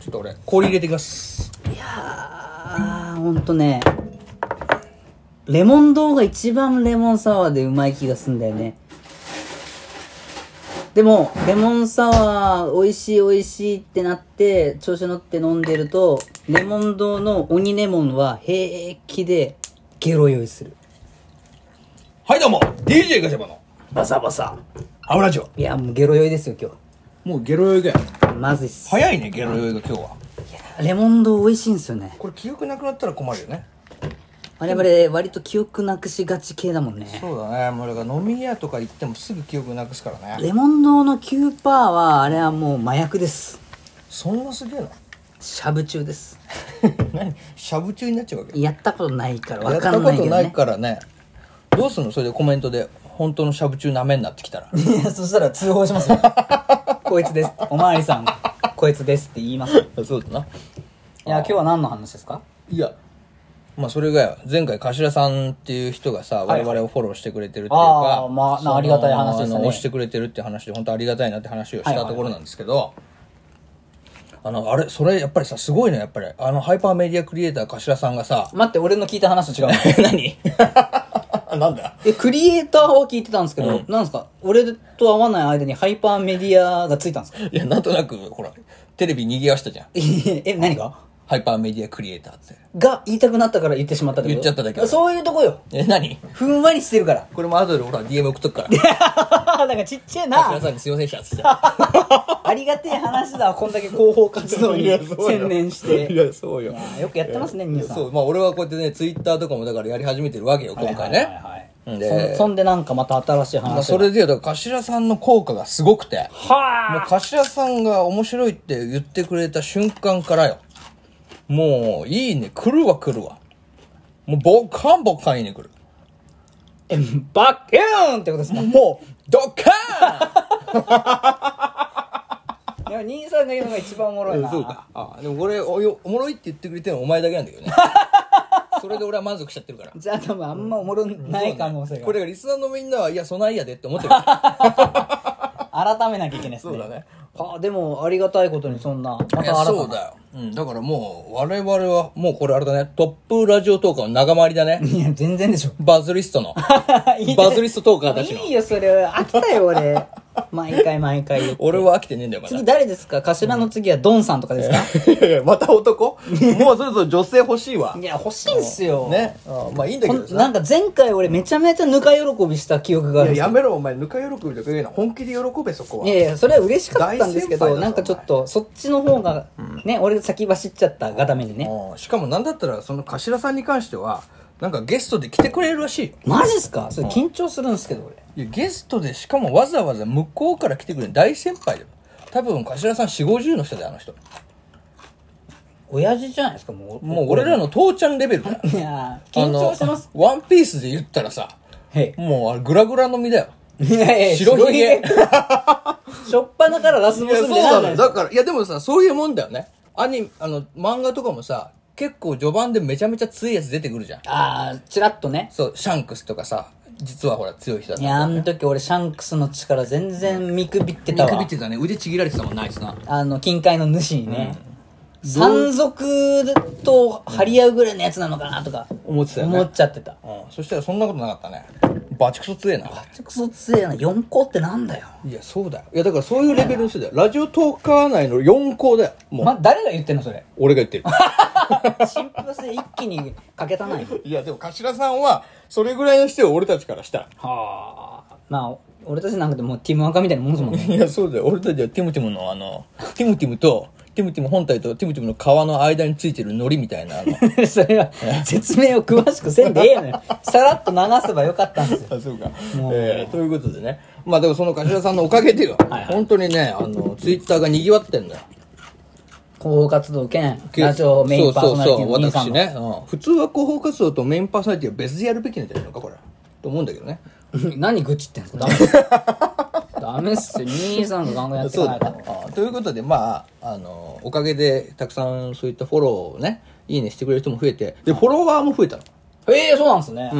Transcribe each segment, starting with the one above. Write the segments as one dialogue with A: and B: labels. A: ちょっと俺氷入れてきます
B: いやー、ほんとね、レモン丼が一番レモンサワーでうまい気がすんだよね。でも、レモンサワー、美味しい美味しいってなって、調子乗って飲んでると、レモン丼の鬼レモンは平気でゲロ酔いする。
A: はいどうも DJ ガチャバの
B: バサバサ。
A: アウラジオ
B: いや、もうゲロ酔いですよ、今
A: もうゲロ酔いが
B: 日。まずいっす。
A: 早いねゲロ酔いが今日は
B: レモン丼美味しいんですよね。
A: これ記憶なくなったら困るよね
B: 我々、割と記憶なくしがち系だもんね。
A: そうだねもうだから飲み屋とか行ってもすぐ記憶なくすからね
B: レモン堂の9%はあれはもう麻薬です
A: そんなす げえな
B: しゃぶ中です
A: 何しゃぶ中になっちゃうわけ
B: やったことないから
A: や
B: わ
A: っ
B: か
A: た
B: ん
A: こ
B: ないけ
A: と
B: ど
A: ない
B: ね
A: からねどうすんのそれでコメントで本当のしゃぶ中なめになってきたら
B: いやそしたら通報しますよ こいつですおまわりさんこいつですって言いますい
A: そうだな
B: や今日は何の話ですか
A: いやまあそれが前回頭さんっていう人がさ
B: は
A: 我
B: い
A: 々をフォローしてくれてるっていうか、
B: あーまあな
A: その
B: ありがたい話でしたね
A: あの押してくれてるって話で本当ありがたいなって話をし
B: はいは
A: た
B: いはい
A: ところなんですけど、あのあれそれやっぱりさすごいねやっぱりあのハイパーメディアクリエイター頭さんが さ
B: 待って俺の聞いた話と違う 何
A: なんだ
B: えクリエイターは聞いてたんですけど、なんですか俺と合わない間にハイパーメディアがついたんですか
A: いやなんとなくほらテレビ賑わしたじゃん
B: え何が
A: ハイパーメディアクリエイターって
B: が言いたくなったから言ってしまったてこと
A: 言っちゃっただけ
B: そういうとこよ
A: え何
B: ふんわりしてるから
A: これも後でほら DM 送っとくから
B: なんかちっちゃいな
A: 頭さんにすいませんでしたっつって
B: ありがてえ話だわこんだけ広報活 動に専念して
A: いやそうよ
B: いやーよくやってますね皆さん
A: そうまあ俺はこうやってねツイッターとかもだからやり始めてるわけよ今回ね、
B: はいはいはい
A: で
B: そそんでなんかまた新しい
A: まあ
B: 話
A: それでよだから頭さんの効果がすごくてもう
B: はあ
A: 頭さんが面白いって言ってくれた瞬間からよもういいね来るわ来るわもうボッカンボッカンいいね来る
B: えバッキューンってことですかも
A: ドッカ
B: うでも兄さんが言うのが一番おもろい
A: ーン
B: な
A: そうかあでもこれおよおもろいって言ってくれてるのお前だけなんだけどねそれで俺は満足しちゃって るから
B: じゃあ多分あんまおもろない可能性が
A: これがリスナーのみんなはいやそないやでって思ってる
B: 改めなきゃいけないですね
A: そうだね
B: はあでもありがたいことにそんなまた
A: いや
B: 新たな
A: そうだよ、うん、だからもう我々はもうこれあれだねトップラジオトーカーの長回りだね
B: いや全然 でしょ
A: バズリストの
B: いい
A: バズリストトーカーたちの
B: いいよそれ飽きたよ俺 毎回毎回言って
A: 俺は飽きてねえんだよまだ
B: 次誰ですか頭の次はドンさんとかですか
A: また男もうそろそろ女性欲しいわ
B: いや欲しいんすよ
A: ねあまあいいんだ
B: こ
A: け
B: ん
A: どさ
B: なんか前回俺めちゃめちゃぬか喜びした記憶があ
A: い
B: るん
A: や
B: ですよ
A: やめろお前ぬか喜びとか言うな本気で喜べそこはい
B: やいやそれは嬉しかったんですけ
A: 大先輩だ
B: ど
A: ぞ
B: なんかちょっとそっちの方がね俺先走っちゃったがためにね
A: うんしかもなんだったらその頭さんに関してはなんかゲストで来てくれるらしいよ
B: マジっすかそれ緊張するんですけど俺
A: いやゲストでしかもわざわざ向こうから来てくれる大先輩だよ多分頭さん4 5 0の人だよあの人
B: 親父じゃないですかもう
A: もう俺らの父ちゃんレベルだよ
B: いやー緊張してます
A: あのワンピースで言ったらさ
B: へ
A: もうあれグラグラの身だよ
B: いやいや
A: 白ひげ
B: しょっぱなからラスボスみたいなのじゃないですか
A: だからいやでもさそういうもんだよねアニあの漫画とかもさ結構序盤でめちゃめちゃ強いやつ出てくるじゃん
B: ああチラッとね
A: そうシャンクスとかさ実はほら強い人だっ
B: い
A: た
B: やあの時俺シャンクスの力全然見くびってた
A: 見くび
B: わ
A: ってたね腕ちぎられてたもんなあいつな
B: あの近海の主にね、山賊と張り合うぐらいのやつなのかなとか
A: 思ってたよね
B: 思っちゃってた
A: うんそしたらそんなことなかったねバチクソ強えな
B: クソ強えな4個ってなんだよ
A: いやそうだよいやだからそういうレベルの人だよラジオトーカー内の4校だよもう、
B: ま誰が言ってんのそれ
A: 俺が言 ってる
B: シンプル性一気にかけたない
A: いやでも頭さんはそれぐらいの人を俺たちからしたら
B: はあまあ俺たちなんかでもうティムワーカーみたいなもんですもんね
A: いや、そうだよ。俺たちはティムティムのあの、ティムティムと、ティムティム本体とティムティムの皮の間についてる糊みたいな、あ の。
B: それは説明を詳しくせんでええのよさらっと流せばよかったんですよ
A: あ、そうか。えー、ということでね。まあでもその頭さんのおかげでよ。
B: はいはい
A: 本当にね、あの、ツイッターが賑わってんだよ。
B: 広報活動兼ラジオメインパーソナリティの
A: そうそ
B: 兄
A: うそう、
B: さん
A: 私
B: の、
A: ね。うん普通は広報活動とメインパーソナリティは別でやるべきなんじゃないのか、これ。と思うんだけどね。
B: 何愚痴ってんすかダメっす ダメっすよ兄さんがガンガンやって
A: そう
B: か
A: だ
B: ない
A: よ
B: から
A: あということで、まあ、あの、おかげで、たくさんそういったフォローをね、いいねしてくれる人も増えて、で、フォロワーも増えたの。
B: ええそうなんですね、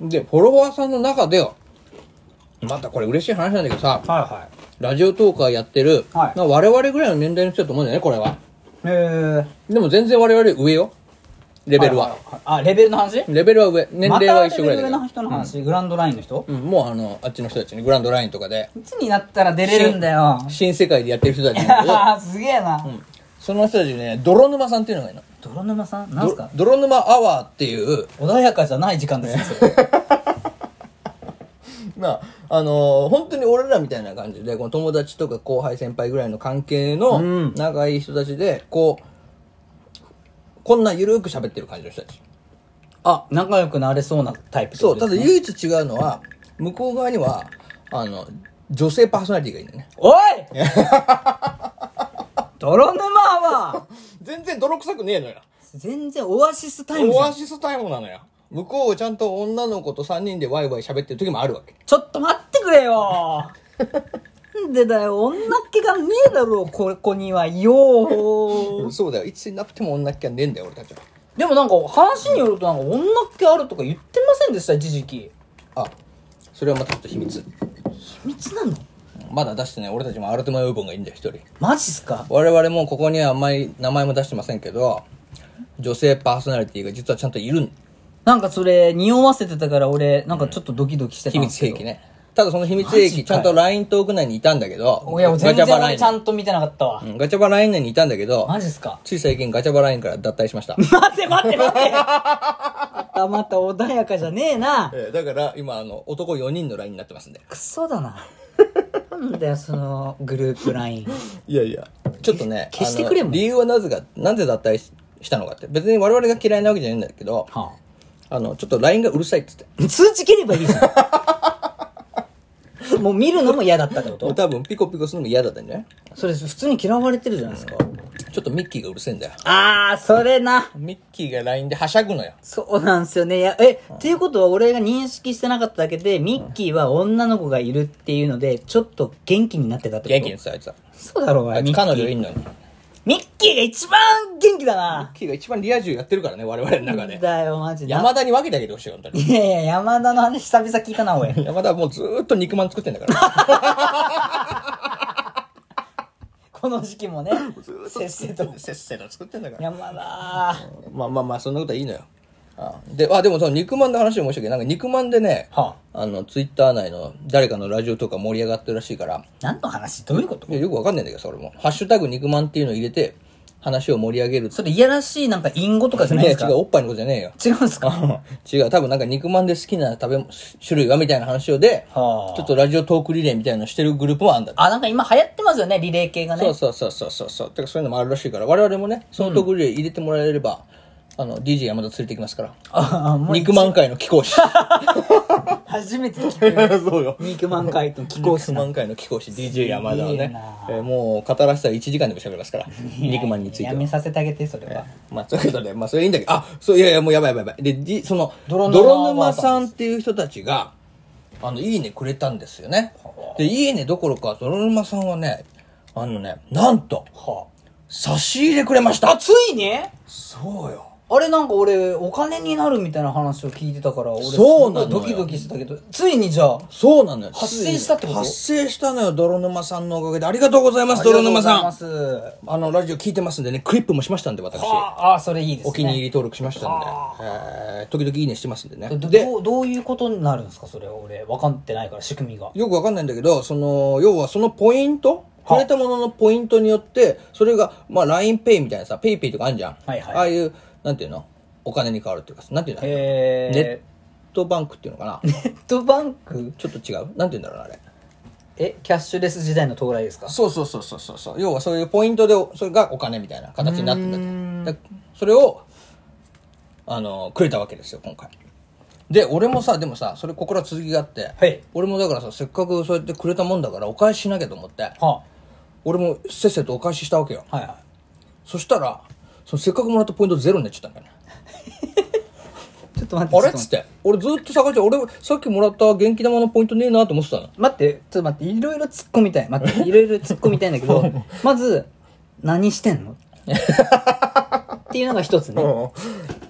A: で、フォロワーさんの中でよ、またこれ嬉しい話なんだけどさ、
B: はいは
A: ラジオトーカーやってる、
B: はい
A: まあ我々ぐらいの年代の人だと思うんだよね、これは。
B: えー、
A: でも全然我々より上よ。レベルは。
B: いいいあレベルの話
A: レベルは上。年齢は一緒ぐらいだけ
B: またレベルの
A: ど。
B: 人の話、グランドラインの人
A: うん、もうあの、あっちの人たちにグランドラインとかで、
B: いつになったら出れるんだよ
A: 新世界でやってる人たちなんだけど、
B: あ すげえな、
A: その人たちにね、泥沼さんっていうのがいるの。
B: 泥沼さんなんすか
A: ど泥沼アワーっていう、
B: 穏やかじゃない時間ですね それ
A: まあ、あのー本当に俺らみたいな感じで、この友達とか後輩先輩ぐらいの関係の
B: ん
A: 仲いい人たちで、こう、こんなゆるく喋ってる感じの人たち。
B: あ仲良くなれそうなタイプって
A: そ
B: こ
A: う、
B: と
A: た
B: で
A: だ
B: すね
A: 唯一違うのは、向こう側には、あの、女性パーソナリティがいるんだよね。
B: おい 泥沼は
A: 全然泥臭くねえのよ。
B: 全然オアシスタイムじゃん
A: シスタイムなのよ。向こうをちゃんと女の子と3人でワイワイ喋ってる時もあるわけ。
B: ちょっと待ってくれよなんでだよ女っ気がねえだろここにはよう
A: そうだよ。いつになっても女っ気はねえんだよ、俺たちは。
B: でもなんか話によるとなんか女っ気あるとか言ってませんでした一時期
A: あ、それはまたちょっと秘密。
B: 秘密なの
A: まだ出してない俺たちもアルテマウーボンがいいんだよ、一人。
B: マジっすか
A: 我々もここにはあんまり名前も出してませんけど、女性パーソナリティが実はちゃんといるん
B: なんかそれ匂わせてたから俺なんかちょっとドキドキしてた
A: 秘
B: んで
A: 密
B: すけ
A: 兵
B: ど
A: 器ね。ただその秘密兵
B: マジ
A: 器、ち
B: か
A: ゃ
B: よ
A: んと LINE トーク内にいたんだけど、
B: いや
A: ガ
B: 全
A: チャ
B: 然
A: バ LINE
B: 俺ちゃんと見てなかったわ
A: うんガチャバ LINE 内にいたんだけど、
B: マジっすか
A: つい最近ガチャバ LINE から脱退しました。
B: 待って待って待ってまたまた穏やかじゃねえな
A: えーだから今あの男4人の LINE になってますんで
B: クソだななんだよそのグループライン
A: いやいやちょっとね
B: 消してくれ
A: あ
B: も
A: の
B: う
A: 理由はなぜかなぜ脱退ししたのかって別に我々が嫌いなわけじゃないんだけど
B: は
A: あのちょっと LINE がうるさいっつって
B: あ通知切ればいいじゃん もう見るのも嫌だったってこ
A: もう
B: と
A: 多分ピコピコするのも嫌だったんじゃない
B: それ普通に嫌われてるじゃないですか、
A: ちょっとミッキーがうるせえんだよ
B: ああそれな
A: ミッキーが LINE ではしゃぐのよ
B: そうなんですよね。いやえ、っていうことは俺が認識してなかっただけで、ミッキーは女の子がいるっていうので、ちょっと元気になってたってこと
A: 元気ですよあいつは
B: そうだろう
A: あ
B: が、
A: いつ
B: ミッ
A: 彼
B: キ
A: 女い
B: ー。
A: んのにミッ
B: ミッキーが一番元気だな。
A: キーが一番リア充やってるからね我々の中で
B: だよ、マジで。
A: 山田に分けてあげてほしいよ本当に
B: いやいや、山田の話久々聞いたな、おい。
A: 山田はもうずーっと肉まん作ってんだから。
B: この時期もね。 せっせと。
A: せっせと作ってんだから。
B: 山田。
A: まあまあまあ、そんなことはいいのよ。あで、あ、でもその肉まんの話を申し訳ない。なんか肉まんでね、
B: は
A: あの、ツイッター内の誰かのラジオとか盛り上がってるらしいから、
B: 何の話どういうこと
A: いやよくわかんないんだけど、それも。ハッシュタグ肉まんっていうのを入れて、話を盛り上げる。
B: それ、いやらしい、なんか、隠語とかじゃない
A: ね
B: で
A: 違
B: すか。
A: う、おっぱいのことじゃねえよ。
B: 違うんですか
A: 違う、多分なんか肉まんで好きな食べ物、種類はみたいな話をで、ち
B: はあ
A: ょっとラジオトークリレーみたいなのしてるグループもあんだって。
B: あ、なんか今流行ってますよね、リレー系がね。
A: そうそうそうそうそうそう。てかそういうのもあるらしいから、我々もね、そのトークリレー入れてもらえれば、あの、DJ 山田連れてきますから。
B: ああ、もう
A: 肉まん界の貴公子。
B: 初めて聞く。
A: そうよ。
B: 肉まん回と気
A: 気候
B: 候
A: 室
B: 室
A: 満開の貴公子 DJ 山田は
B: すげえ
A: ね
B: な、
A: えーもう語らせたら1時間でも喋りますから、肉まんについ
B: や
A: ては。
B: めさせてあげてそれは
A: まあ、ということで、まあ、それいいんだけど、あ、そう、いやいや、もうやばいやばいやばい。で、じその、
B: 泥
A: 泥
B: 沼
A: 沼さんっていう人たちが、あの、いいねくれたんですよね。で、いいねどころか、泥沼さんはね、あのね、なんと、
B: は
A: 差し入れくれまし
B: あ
A: た
B: ついにあ
A: そうよ。
B: れなんか俺お金になるみたいな話を聞いてたから俺
A: そうなのよ
B: すごいドキドキしてたけどついにじゃあ
A: そうなのよ。
B: 発生したってこと
A: 発生したのよ、泥沼さんのおかげで。ありがとうございます、泥沼さ
B: ありが
A: ん。
B: とうございます
A: あの、ラジオ聞いてますんでね、クリップもしましたんで、私。
B: ああそれいいですね
A: お気に入り登録しましたんで、えー時々いいねしてますんでね。
B: ど
A: で、
B: どうどういうことになるんですかそれは俺分かってないから仕組みが
A: よくわかんないんだけど、その、要はそのポイントくれたもののポイントによって、それが、まあ、LINEPay みたいなさ、PayPay とかあるじゃん。
B: はいはい
A: ああいう、なんていうのお金に変わるっていうか、なんていうんだろう
B: へ
A: ネットバンクっていうのかな
B: ネットバンク
A: ちょっと違うなんていうんだろうな、あれ。
B: えキャッシュレス時代の到来ですか
A: そうそうそうそうそうそう。要はそういうポイントで、それがお金みたいな形になってんだって。だそれを、あの、くれたわけですよ、今回。で、俺もさ、でもさ、それ、ここから続きがあって、
B: はい
A: 俺もだからさ、せっかくそうやってくれたもんだから、お返ししなきゃと思って、
B: は
A: 俺もせっせとお返ししたわけよ。
B: あはいはい
A: そしたら、そのせっかくもらったポイントゼロになっちゃったんだよね。
B: ちょっと待って
A: あれっ
B: ちょっと待
A: つ
B: っ
A: ってて、俺ずっと探して、俺、さっきもらった元気玉のポイントねえなと思ってたの。
B: 待って、ちょっと待って、いろいろ突っ込みたい。待って、いろいろ突っ込みたいんだ けど、まず、何してんのっていうのが一つね。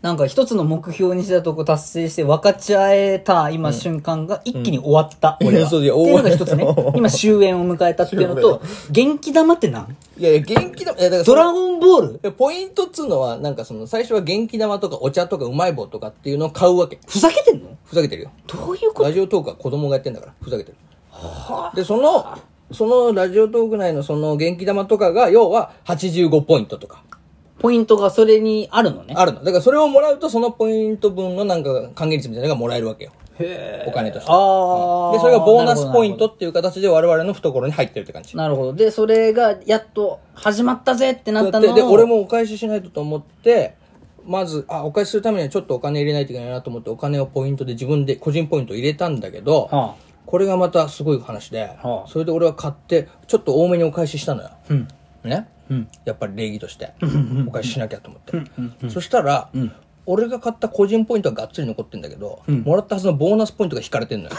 B: なんか一つの目標にしたとこ達成して分かち合えた今瞬間が一気に終わった、
A: うん
B: 俺は。
A: いやそう
B: って
A: い
B: い
A: や
B: うのが一つね
A: 終わ。
B: 今終焉を迎えたっていうのと、元気玉ってなん
A: いやいや、元気だ、いやだからそ
B: ド
A: の
B: ラゴンボール
A: でポイントっつうのは、なんかその、最初は元気玉とかお茶とかうまい棒とかっていうのを買うわけ。
B: ふざけてんの
A: ふざけてるよ。
B: どういうこと
A: ラジオトークは子供がやってんだから、ふざけてる。で、その、そのラジオトーク内のその元気玉とかが、要は85ポイントとか、
B: ポイントがそれにあるのね。
A: あるの。だからそれをもらうと、そのポイント分のなんか還元率みたいなのがもらえるわけよ。
B: へ
A: お金として。
B: あー
A: で、それがボーナスポイン
B: なるほどなるほ
A: トっていう形で我々の懐に入ってるって感じ。
B: なるほど。で、それがやっと始まったぜってなったの
A: で
B: を
A: で俺。もお返ししないとと思ってまずあお返しするためにはちょっとお金入れないといけないなと思ってお金をポイントで自分で個人ポイント入れたんだけど、
B: は
A: これがまたすごい話で、
B: はあ
A: それで俺は買ってちょっと多めにお返ししたのよ、
B: あ、うん。
A: ね、
B: うん
A: やっぱり礼儀としてお返ししなきゃと思って、そしたら、俺が買った個人ポイントはがっつり残ってんだけど、もらったはずのボーナスポイントが引かれてんのよ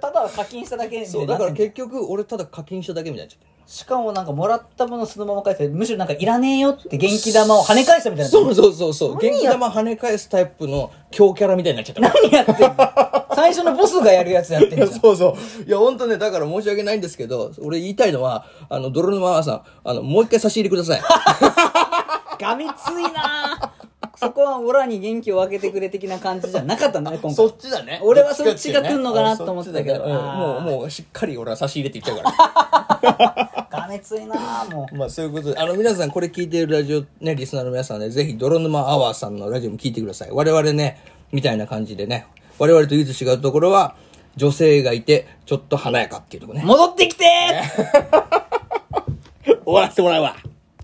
B: ただ課金しただけ
A: そうだから結局俺ただ課金しただけみたいになっちゃって
B: しかもなんかもらったものそのまま返して、むしろなんかいらねえよって元気玉を跳ね返したみた いな。
A: そうそうそうそう元気玉跳ね返すタイプの強キャラみたいになっちゃった
B: 何やってんの最初のボスがやるやつやって ん
A: い
B: じゃ
A: や、
B: ん。
A: そうそう。いや、本当ね、だから申し訳ないんですけど、俺言いたいのは、あの、泥沼アワーさん、あの、もう一回差し入れくださ い。
B: がみついなそこはオラに元気を分けてくれ的な感じじゃなかったんだね、今回。
A: ちだね
B: 俺はそっちが来んのかなと思ってたけど
A: うんもう、もう、しっかり俺は差し入れって言っちゃうか
B: がみついなもう。
A: ら。まあ、そういうことで、あの、皆さん、これ聞いてるラジオ、ね、リスナーの皆さんね、ぜひ、泥沼アワーさんのラジオも聞いてください。我々ね、みたいな感じでね、我々と唯一違うところは、女性がいて、ちょっと華やかっていうところね。
B: 戻ってきて ー
A: 終わらせてもらうわ。